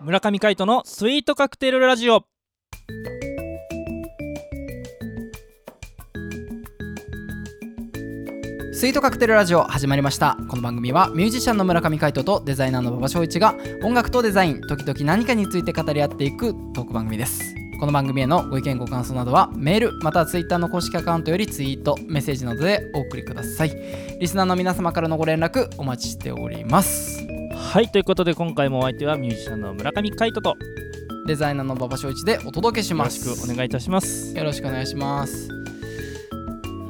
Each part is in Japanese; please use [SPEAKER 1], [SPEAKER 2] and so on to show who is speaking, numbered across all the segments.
[SPEAKER 1] 村上海人のスイートカクテルラジオ
[SPEAKER 2] スイートカクテルラジオ始まりましたこの番組はミュージシャンの村上海人とデザイナーの馬場翔一が音楽とデザイン時々何かについて語り合っていくトーク番組ですこの番組へのご意見ご感想などはメールまたはツイッターの公式アカウントよりツイートメッセージなどでお送りくださいリスナーの皆様からのご連絡お待ちしております
[SPEAKER 1] はいということで今回もお相手はミュージシャンの村上海人とよ
[SPEAKER 2] デザイナーの馬場翔一でお届けしま
[SPEAKER 1] ろし
[SPEAKER 2] す
[SPEAKER 1] くお願いいたします
[SPEAKER 2] よろしくお願いします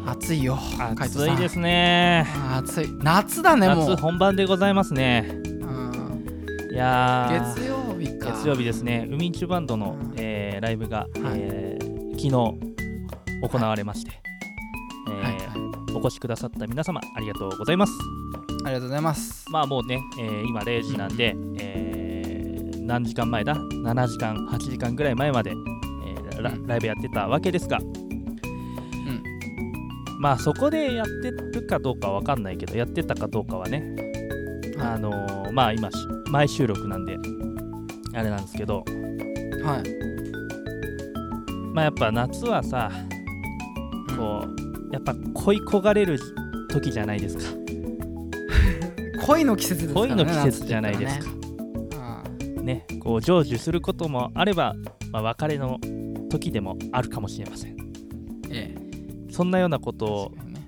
[SPEAKER 2] 暑いよ海人
[SPEAKER 1] 暑
[SPEAKER 2] さん
[SPEAKER 1] いですね
[SPEAKER 2] 暑い夏だねも
[SPEAKER 1] 夏
[SPEAKER 2] う、
[SPEAKER 1] 本番でございますね
[SPEAKER 2] うん
[SPEAKER 1] いやー
[SPEAKER 2] 月曜日か
[SPEAKER 1] 月曜日ですね海中バンドの
[SPEAKER 2] うん、
[SPEAKER 1] えーライブが、
[SPEAKER 2] はい
[SPEAKER 1] えー昨日行われまして、
[SPEAKER 2] はい、はい
[SPEAKER 1] えーお越しくださった皆様ありがとうございます
[SPEAKER 2] ありがとうございます。
[SPEAKER 1] まあもうね、えー今0時なんで、えー何時間前だ7時間8時間ぐらい前まで、えーラ
[SPEAKER 2] うん
[SPEAKER 1] ライブやってたわけですが、
[SPEAKER 2] ん
[SPEAKER 1] まあそこでやってるかどうかわかんないけどやってたかどうかはね、
[SPEAKER 2] はい
[SPEAKER 1] あのーまあ今し前収録なんであれなんですけど
[SPEAKER 2] はい。
[SPEAKER 1] まあやっぱ夏はさ
[SPEAKER 2] うん
[SPEAKER 1] こうやっぱ恋焦がれる時じゃないですか
[SPEAKER 2] 恋の季節ですからね。
[SPEAKER 1] 恋の季節じゃないですか
[SPEAKER 2] 夏って言ったらね。
[SPEAKER 1] ね、こう成就することもあれば、まあ、別れの時でもあるかもしれません。
[SPEAKER 2] うんええ。
[SPEAKER 1] そんなようなことを
[SPEAKER 2] 確かにね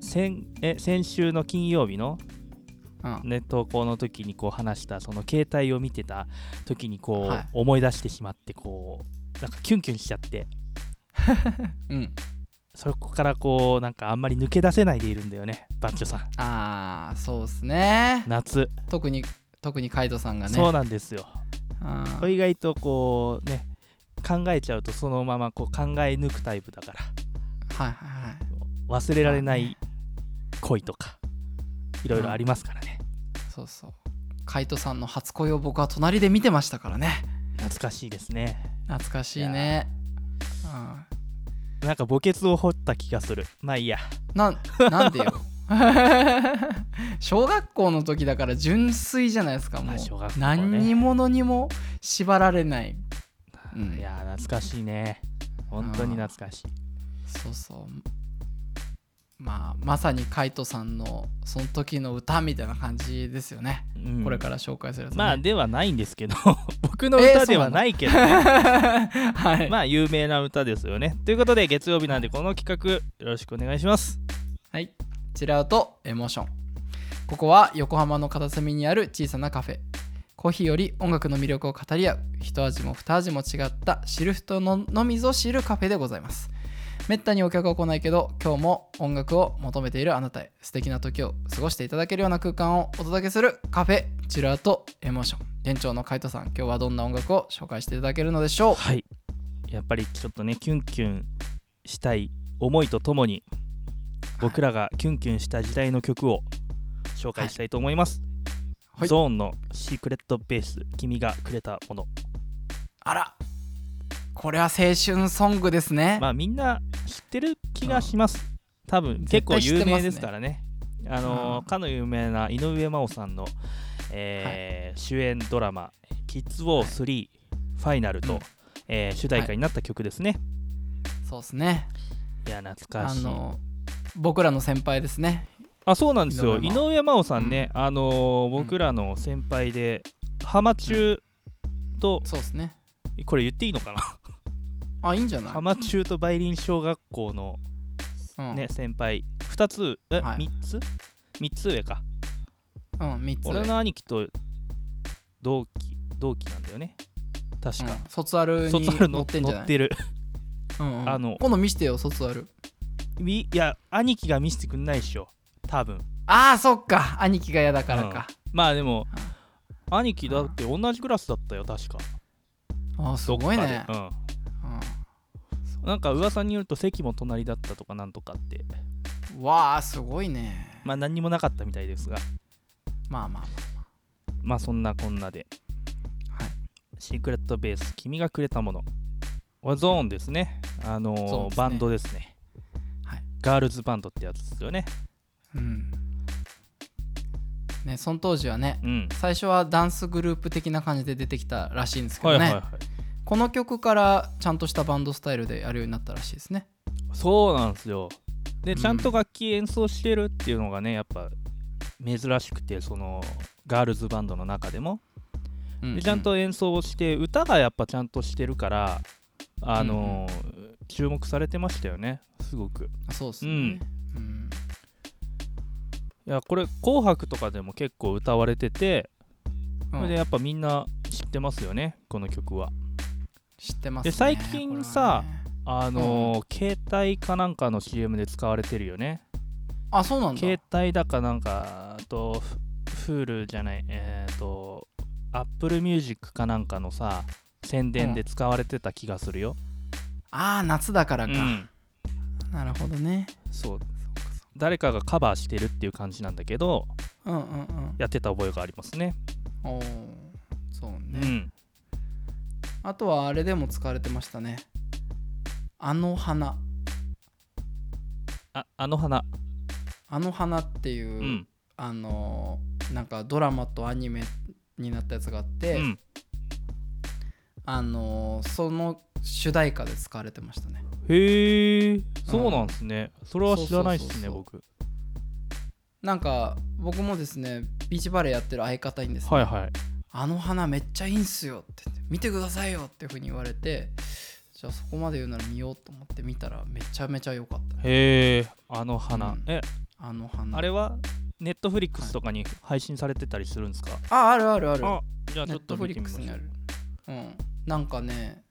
[SPEAKER 1] 先え先週の金曜日の、
[SPEAKER 2] うん。
[SPEAKER 1] ね、投稿の時にこう話したその携帯を見てた時にこう、
[SPEAKER 2] はい
[SPEAKER 1] 思い出してしまってこうなんかキュンキュンしちゃって
[SPEAKER 2] うん。
[SPEAKER 1] そこからこうなんかあんまり抜け出せないでいるんだよねバッチョさん
[SPEAKER 2] ああ、そうですね。
[SPEAKER 1] 夏、
[SPEAKER 2] 特に特にカイトさんがね。
[SPEAKER 1] そうなんですよ
[SPEAKER 2] うん
[SPEAKER 1] これ意外とこうね考えちゃうとそのままこう考え抜くタイプだから
[SPEAKER 2] はいはいはい。
[SPEAKER 1] 忘れられない恋とかいろいろありますからね
[SPEAKER 2] そうそう。カイトさんの初恋を僕は隣で見てましたからね。
[SPEAKER 1] 懐かしいですね
[SPEAKER 2] 懐かしいね。うん。
[SPEAKER 1] なんか墓穴を掘った気がするまあいいや
[SPEAKER 2] なんなんでよ。小学校の時だから純粋じゃないですかも
[SPEAKER 1] ま
[SPEAKER 2] う、
[SPEAKER 1] あ小学校ね
[SPEAKER 2] 何にものにも縛られないうん
[SPEAKER 1] いやー懐かしいね本当に懐かしい
[SPEAKER 2] そうそうまあまさにカイトさんのその時の歌みたいな感じですよね、
[SPEAKER 1] うん
[SPEAKER 2] これから紹介するやつね、
[SPEAKER 1] まあではないんですけど 僕の
[SPEAKER 2] えー
[SPEAKER 1] 歌で
[SPEAKER 2] そうな
[SPEAKER 1] は
[SPEAKER 2] の
[SPEAKER 1] ないけどね、
[SPEAKER 2] はい、
[SPEAKER 1] まあ有名な歌ですよねということで月曜日なんでこの企画よろしくお願いします
[SPEAKER 2] はい、チラウトエモーションここは横浜の片隅にある小さなカフェコーヒーより音楽の魅力を語り合う一味も二味も違った知る人ののみぞ知るカフェでございますめったにお客は来ないけど今日も音楽を求めているあなたへ素敵な時を過ごしていただけるような空間をお届けするカフェチラウトエモーション店長のカイトさん今日はどんな音楽を紹介していただけるのでしょう
[SPEAKER 1] はいやっぱりちょっとねキュンキュンしたい思いとともに僕らがキュンキュンした時代の曲を紹介したいと思います、
[SPEAKER 2] はい
[SPEAKER 1] ゾーンのシークレットベース君がくれたもの
[SPEAKER 2] あらこれは青春ソングですね、
[SPEAKER 1] まあみんな知ってる気がします多分結構有名ですからねあの
[SPEAKER 2] うん
[SPEAKER 1] かの有名な井上真央さんの、えー主演ドラマ「キッズ・ウォー3、ファイナルと」
[SPEAKER 2] うん
[SPEAKER 1] えー主題歌になった曲ですね、
[SPEAKER 2] そうですね
[SPEAKER 1] い、や懐か
[SPEAKER 2] あ
[SPEAKER 1] しい
[SPEAKER 2] の僕らの先輩ですね
[SPEAKER 1] あそうなんですよ
[SPEAKER 2] 井上
[SPEAKER 1] 井
[SPEAKER 2] 真
[SPEAKER 1] 上真央さんね、あのー僕らの先輩で浜中と、
[SPEAKER 2] そうですね
[SPEAKER 1] これ言っていいのかな
[SPEAKER 2] あいいんじゃない、
[SPEAKER 1] 浜中と梅林小学校の
[SPEAKER 2] うん
[SPEAKER 1] ね、先輩2つえ、
[SPEAKER 2] はい
[SPEAKER 1] 3つ ?3 つ上か
[SPEAKER 2] うん3つ
[SPEAKER 1] 俺の兄貴と同期同期なんだよね確
[SPEAKER 2] うん
[SPEAKER 1] か、
[SPEAKER 2] 卒アルに
[SPEAKER 1] 卒アル
[SPEAKER 2] 乗
[SPEAKER 1] の
[SPEAKER 2] ってんじゃない
[SPEAKER 1] 乗ってる
[SPEAKER 2] うんうん
[SPEAKER 1] あの
[SPEAKER 2] 今度見してよ卒アル
[SPEAKER 1] みいや兄貴が見せてくんないでしょ多分
[SPEAKER 2] ああそっか兄貴が嫌だからか、
[SPEAKER 1] まあでも兄貴だって同じクラスだったよ確か
[SPEAKER 2] ああすごいね
[SPEAKER 1] どっか
[SPEAKER 2] うん
[SPEAKER 1] でうん、なんか噂によると席も隣だったとかなんとかって
[SPEAKER 2] わあすごいね
[SPEAKER 1] まあ何にもなかったみたいですが
[SPEAKER 2] まあまあ
[SPEAKER 1] まあそんなこんなで
[SPEAKER 2] まあはい
[SPEAKER 1] シークレットベース君がくれたものはゾーンですねあのー
[SPEAKER 2] ゾーンですね
[SPEAKER 1] バンドですね
[SPEAKER 2] はい
[SPEAKER 1] ガールズバンドってやつですよね
[SPEAKER 2] うんねその当時はね
[SPEAKER 1] うん
[SPEAKER 2] 最初はダンスグループ的な感じで出てきたらしいんですけ
[SPEAKER 1] は
[SPEAKER 2] ど
[SPEAKER 1] い
[SPEAKER 2] ね、
[SPEAKER 1] はいはい
[SPEAKER 2] この曲からちゃんとしたバンドスタイルでやるようになったらしいですね
[SPEAKER 1] そうなんですよで
[SPEAKER 2] うん
[SPEAKER 1] ちゃんと楽器演奏してるっていうのがねやっぱ珍しくてそのガールズバンドの中でも
[SPEAKER 2] う
[SPEAKER 1] でちゃんと演奏をして歌がやっぱちゃんとしてるからあのー注目されてましたよねすごく
[SPEAKER 2] そうですね、うん
[SPEAKER 1] いやこれ「紅白」とかでも結構歌われてて
[SPEAKER 2] うん
[SPEAKER 1] それでやっぱみんな知ってますよねこの曲は
[SPEAKER 2] 知ってます、ね、
[SPEAKER 1] で最近さ
[SPEAKER 2] これはね
[SPEAKER 1] あのー携帯かなんかの CM で使われてるよね
[SPEAKER 2] あそうなんだ
[SPEAKER 1] 携帯だかなんかあとフールじゃないえっ、とアップルミュージックかなんかのさ宣伝で使われてた気がするよ、
[SPEAKER 2] ああ夏だから
[SPEAKER 1] う
[SPEAKER 2] か、
[SPEAKER 1] ん、
[SPEAKER 2] なるほどね
[SPEAKER 1] そう誰かがカバーしてるっていう感じなんだけど
[SPEAKER 2] うんうんうん
[SPEAKER 1] やってた覚えがありますね
[SPEAKER 2] おーそうね、
[SPEAKER 1] うん
[SPEAKER 2] あとはあれでも使われてましたねあの花
[SPEAKER 1] ああの花
[SPEAKER 2] あの花っていう、
[SPEAKER 1] うん
[SPEAKER 2] あのーなんかドラマとアニメになったやつがあっ
[SPEAKER 1] う
[SPEAKER 2] て、
[SPEAKER 1] ん
[SPEAKER 2] あのーその主題歌で使われてましたね
[SPEAKER 1] へえそうなんですねそれは知らないっ
[SPEAKER 2] そう
[SPEAKER 1] す
[SPEAKER 2] そう
[SPEAKER 1] ね
[SPEAKER 2] そうそう
[SPEAKER 1] 僕
[SPEAKER 2] なんか僕もですねビーチバレーやってる相方にですね、
[SPEAKER 1] はいはい
[SPEAKER 2] あの花めっちゃいいんすよって言って見てくださいよっていうふうに言われてじゃあそこまで言うなら見ようと思って見たらめちゃめちゃ良かったね
[SPEAKER 1] へえあの花、
[SPEAKER 2] うん
[SPEAKER 1] え
[SPEAKER 2] あの花
[SPEAKER 1] あれはネットフリックスとかに配信されてたりするんですか、
[SPEAKER 2] ああるあるある
[SPEAKER 1] あじゃあち
[SPEAKER 2] ネ
[SPEAKER 1] ょ
[SPEAKER 2] ッ
[SPEAKER 1] っ
[SPEAKER 2] ト
[SPEAKER 1] と
[SPEAKER 2] フ
[SPEAKER 1] 見
[SPEAKER 2] リ
[SPEAKER 1] て
[SPEAKER 2] ッ
[SPEAKER 1] み
[SPEAKER 2] ク
[SPEAKER 1] まし
[SPEAKER 2] ス
[SPEAKER 1] ょう
[SPEAKER 2] にあるうんなんかね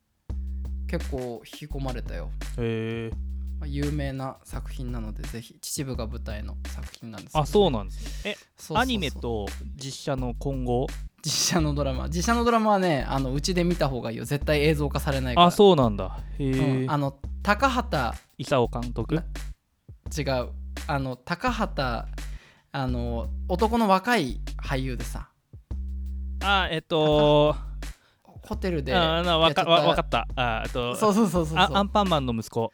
[SPEAKER 2] 結構引き込まれたよ、
[SPEAKER 1] へえ
[SPEAKER 2] まあ有名な作品なのでぜひ秩父が舞台の作品なんですけど
[SPEAKER 1] あそうなんですねえ
[SPEAKER 2] そうそうそう
[SPEAKER 1] アニメと実写の混合
[SPEAKER 2] 実写のドラマ実写のドラマはねあのうちで見た方がいいよ絶対映像化されないから
[SPEAKER 1] あそうなんだへえ、
[SPEAKER 2] うんあの高畑
[SPEAKER 1] 伊佐監督
[SPEAKER 2] な違うあの高畑あの男の若い俳優でさ
[SPEAKER 1] あえっと
[SPEAKER 2] ホテ ルで
[SPEAKER 1] あなわか
[SPEAKER 2] やっ
[SPEAKER 1] わ
[SPEAKER 2] ちゃった
[SPEAKER 1] わかったあえっと
[SPEAKER 2] そうそうそうそうそう
[SPEAKER 1] あアンパンマンの息子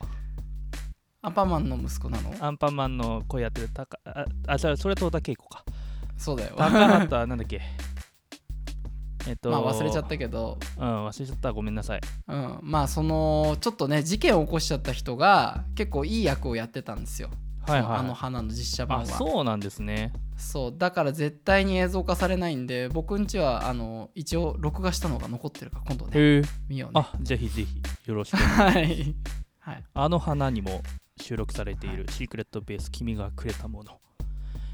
[SPEAKER 2] アンパンマンの息子なの
[SPEAKER 1] アンパンマンの声やってるたかああじゃあそれ戸田恵子 か
[SPEAKER 2] そうだよ
[SPEAKER 1] 高畑なんだっけえっと
[SPEAKER 2] まあ忘れちゃった
[SPEAKER 1] け
[SPEAKER 2] けど、
[SPEAKER 1] どうん忘れちゃったごめんなさい
[SPEAKER 2] うん、まあそのちょっとね事件を起こしちゃった人が結構いい役をやってたんですよ、
[SPEAKER 1] はい
[SPEAKER 2] そのあの
[SPEAKER 1] はい
[SPEAKER 2] 花の実写版
[SPEAKER 1] あ
[SPEAKER 2] は
[SPEAKER 1] そうなんですね
[SPEAKER 2] そうだから絶対に映像化されないんで僕んちはあの一応録画したのが残ってるから今度ね
[SPEAKER 1] へえ
[SPEAKER 2] 見ようね
[SPEAKER 1] あぜひぜひよろしく
[SPEAKER 2] はい、はい、
[SPEAKER 1] あの花にも収録されているシークレットベース君がくれたもの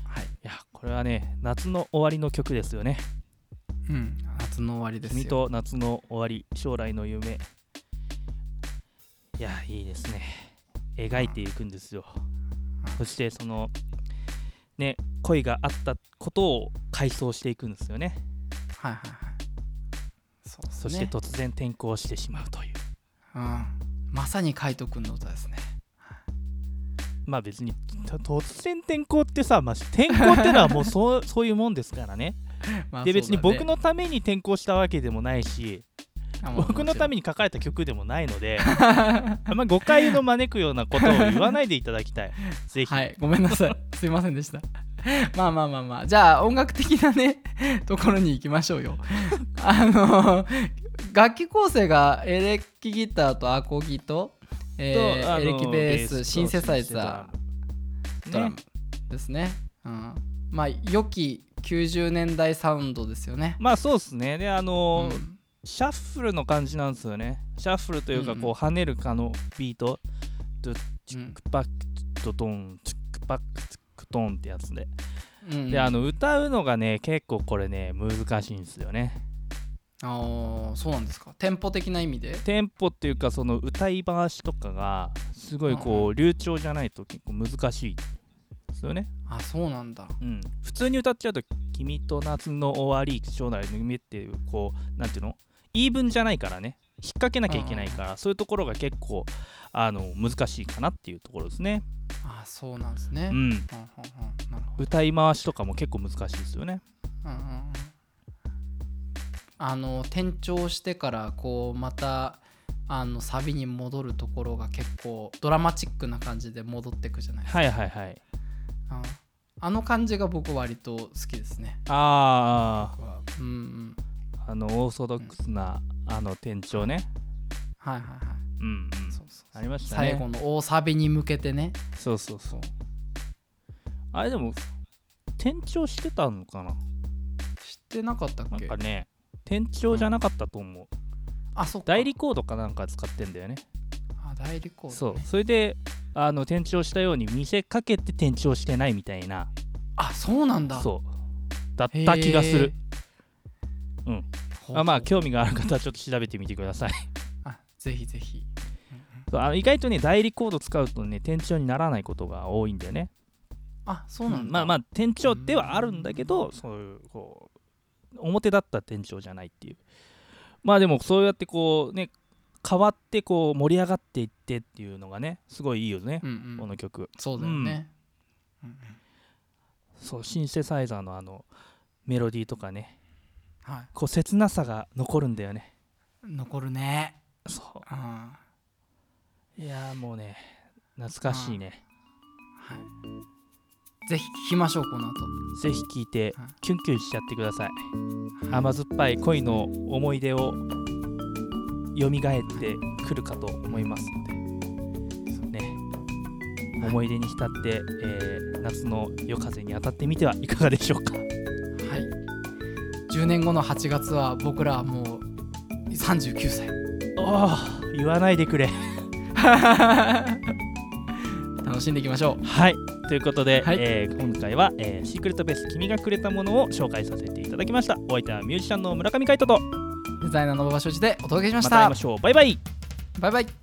[SPEAKER 2] はい
[SPEAKER 1] いやこれはね夏の終わりの曲ですよね
[SPEAKER 2] うん、夏の終わりですよ
[SPEAKER 1] 君と夏の終わり将来の夢いやいいですね描いていくんですよ
[SPEAKER 2] うん
[SPEAKER 1] そしてそのね恋があったことを回想していくんですよね
[SPEAKER 2] はいはいはいそうです
[SPEAKER 1] そ
[SPEAKER 2] ね
[SPEAKER 1] して突然転校してしまうという
[SPEAKER 2] うん、まさに海斗くんの歌ですね
[SPEAKER 1] まあ別にと突然転校ってさ、まあ、転校ってのは もうそうそういうもんですからね
[SPEAKER 2] まあ
[SPEAKER 1] で別に
[SPEAKER 2] そうだ
[SPEAKER 1] 僕
[SPEAKER 2] ね
[SPEAKER 1] のために転校したわけでもないし
[SPEAKER 2] あもう
[SPEAKER 1] 僕のため
[SPEAKER 2] も
[SPEAKER 1] に書かれた曲でもないの であんま誤解の招くようなことを言わないでいただきたいぜ
[SPEAKER 2] ち
[SPEAKER 1] ひ
[SPEAKER 2] ろんはいごめんなさいすいませんでしたまあまあまあまあじゃあ音楽的なね ところに行きましょうよあの楽器構成がエレキギターとアコギと、えー
[SPEAKER 1] とあの
[SPEAKER 2] エレキベース
[SPEAKER 1] と
[SPEAKER 2] シンセサイザ
[SPEAKER 1] シ
[SPEAKER 2] ー
[SPEAKER 1] ンセ
[SPEAKER 2] ド
[SPEAKER 1] ドラ
[SPEAKER 2] ラ
[SPEAKER 1] ム
[SPEAKER 2] ムですねうん、まあ良き90年代サウンドですよね、
[SPEAKER 1] まあそうですねであ
[SPEAKER 2] う
[SPEAKER 1] のー
[SPEAKER 2] ん
[SPEAKER 1] シャッフルの感じなんですよねシャッフルというか
[SPEAKER 2] うんうん
[SPEAKER 1] こう跳ねるかのビートドゥッチ
[SPEAKER 2] う
[SPEAKER 1] ュッ
[SPEAKER 2] ん
[SPEAKER 1] クパックドドンチュックパックチュックドンってやつで
[SPEAKER 2] うん、
[SPEAKER 1] であの歌うのがね結構これね難しいんですよね
[SPEAKER 2] ああそうなんですかテンポ的な意味で
[SPEAKER 1] テンポっていうかその歌い回しとかがすごいこう流暢じゃないと結構難しいですよね
[SPEAKER 2] あそうなんだ
[SPEAKER 1] うん、普通に歌っちゃうと「君と夏の終わり将来の夢」っていうこうなんていうの言い分じゃないからね引っ掛けなきゃいけないから、そういうところが結構あの難しいかなっていうところですね、
[SPEAKER 2] あそうなんですね、
[SPEAKER 1] う
[SPEAKER 2] うん、
[SPEAKER 1] ん、
[SPEAKER 2] はんはんなるほど、
[SPEAKER 1] 歌い回しとかも結構難しいですよね
[SPEAKER 2] うんうんうん、あの転調してからこうまたあのサビに戻るところが結構ドラマチックな感じで戻ってくじゃないですか、
[SPEAKER 1] はいはいはい
[SPEAKER 2] うんあの感じが僕割と好きですね
[SPEAKER 1] あ
[SPEAKER 2] うんうん
[SPEAKER 1] ああのオーソドックスな、あの店長ね
[SPEAKER 2] はいはいはい
[SPEAKER 1] うんうん
[SPEAKER 2] そうそう
[SPEAKER 1] ありましたね
[SPEAKER 2] 最後の大サビに向けてね
[SPEAKER 1] そうそうそうあれでも転調してたのかな
[SPEAKER 2] 知ってなかったっ
[SPEAKER 1] なん
[SPEAKER 2] け
[SPEAKER 1] かね転調じゃなかったと思う
[SPEAKER 2] あそっか
[SPEAKER 1] 代理コードかなんか使ってんだよね
[SPEAKER 2] あ代理コー
[SPEAKER 1] そ
[SPEAKER 2] ド
[SPEAKER 1] う
[SPEAKER 2] ね
[SPEAKER 1] それであの転調したように見せかけて転調してないみたいな
[SPEAKER 2] あそうなんだ
[SPEAKER 1] そうだっ
[SPEAKER 2] へー
[SPEAKER 1] た気がするうん
[SPEAKER 2] ほう
[SPEAKER 1] あまあ興味がある方はちょっと調べてみてください
[SPEAKER 2] あぜひぜひうんうん
[SPEAKER 1] そうあの意外とね代理コード使うとね転調にならないことが多いんだよね
[SPEAKER 2] あそうなん
[SPEAKER 1] う
[SPEAKER 2] だ、
[SPEAKER 1] んまあまあ転調ではあるんだけどそういうこう表だった転調じゃないっていうまあでもそうやってこうね変わってこう盛り上がっていってっていうのがねすごいいいよね、
[SPEAKER 2] うんうん
[SPEAKER 1] この曲
[SPEAKER 2] そうだよね、うんうん
[SPEAKER 1] そうシンセサイザーのあのメロディーとかね
[SPEAKER 2] はい
[SPEAKER 1] こう切なさが残るんだよね
[SPEAKER 2] 残るね
[SPEAKER 1] そ
[SPEAKER 2] うんは
[SPEAKER 1] ういやーもうね懐かしいね
[SPEAKER 2] いぜひ聞きましょうこの後
[SPEAKER 1] ぜひ聴いて
[SPEAKER 2] はい
[SPEAKER 1] キュンキュンしちゃってください甘酸っぱい恋の思い出を蘇ってくるかと思いますのでね思い出に浸って、えー夏の夜風に当たってみてはいかがでしょうか
[SPEAKER 2] はい10年後の8月は僕らはもう39歳
[SPEAKER 1] ああ言わないでくれ
[SPEAKER 2] 楽しんでいきましょう
[SPEAKER 1] はいということで、
[SPEAKER 2] はい
[SPEAKER 1] えー今回は、えーシークレットベース君がくれたものを紹介させていただきましたお相手はミュージシャンの村上海人と
[SPEAKER 2] デザイナーの馬場所持でお届けしま
[SPEAKER 1] ま
[SPEAKER 2] した
[SPEAKER 1] 会いましょうバイバイ
[SPEAKER 2] バイバイ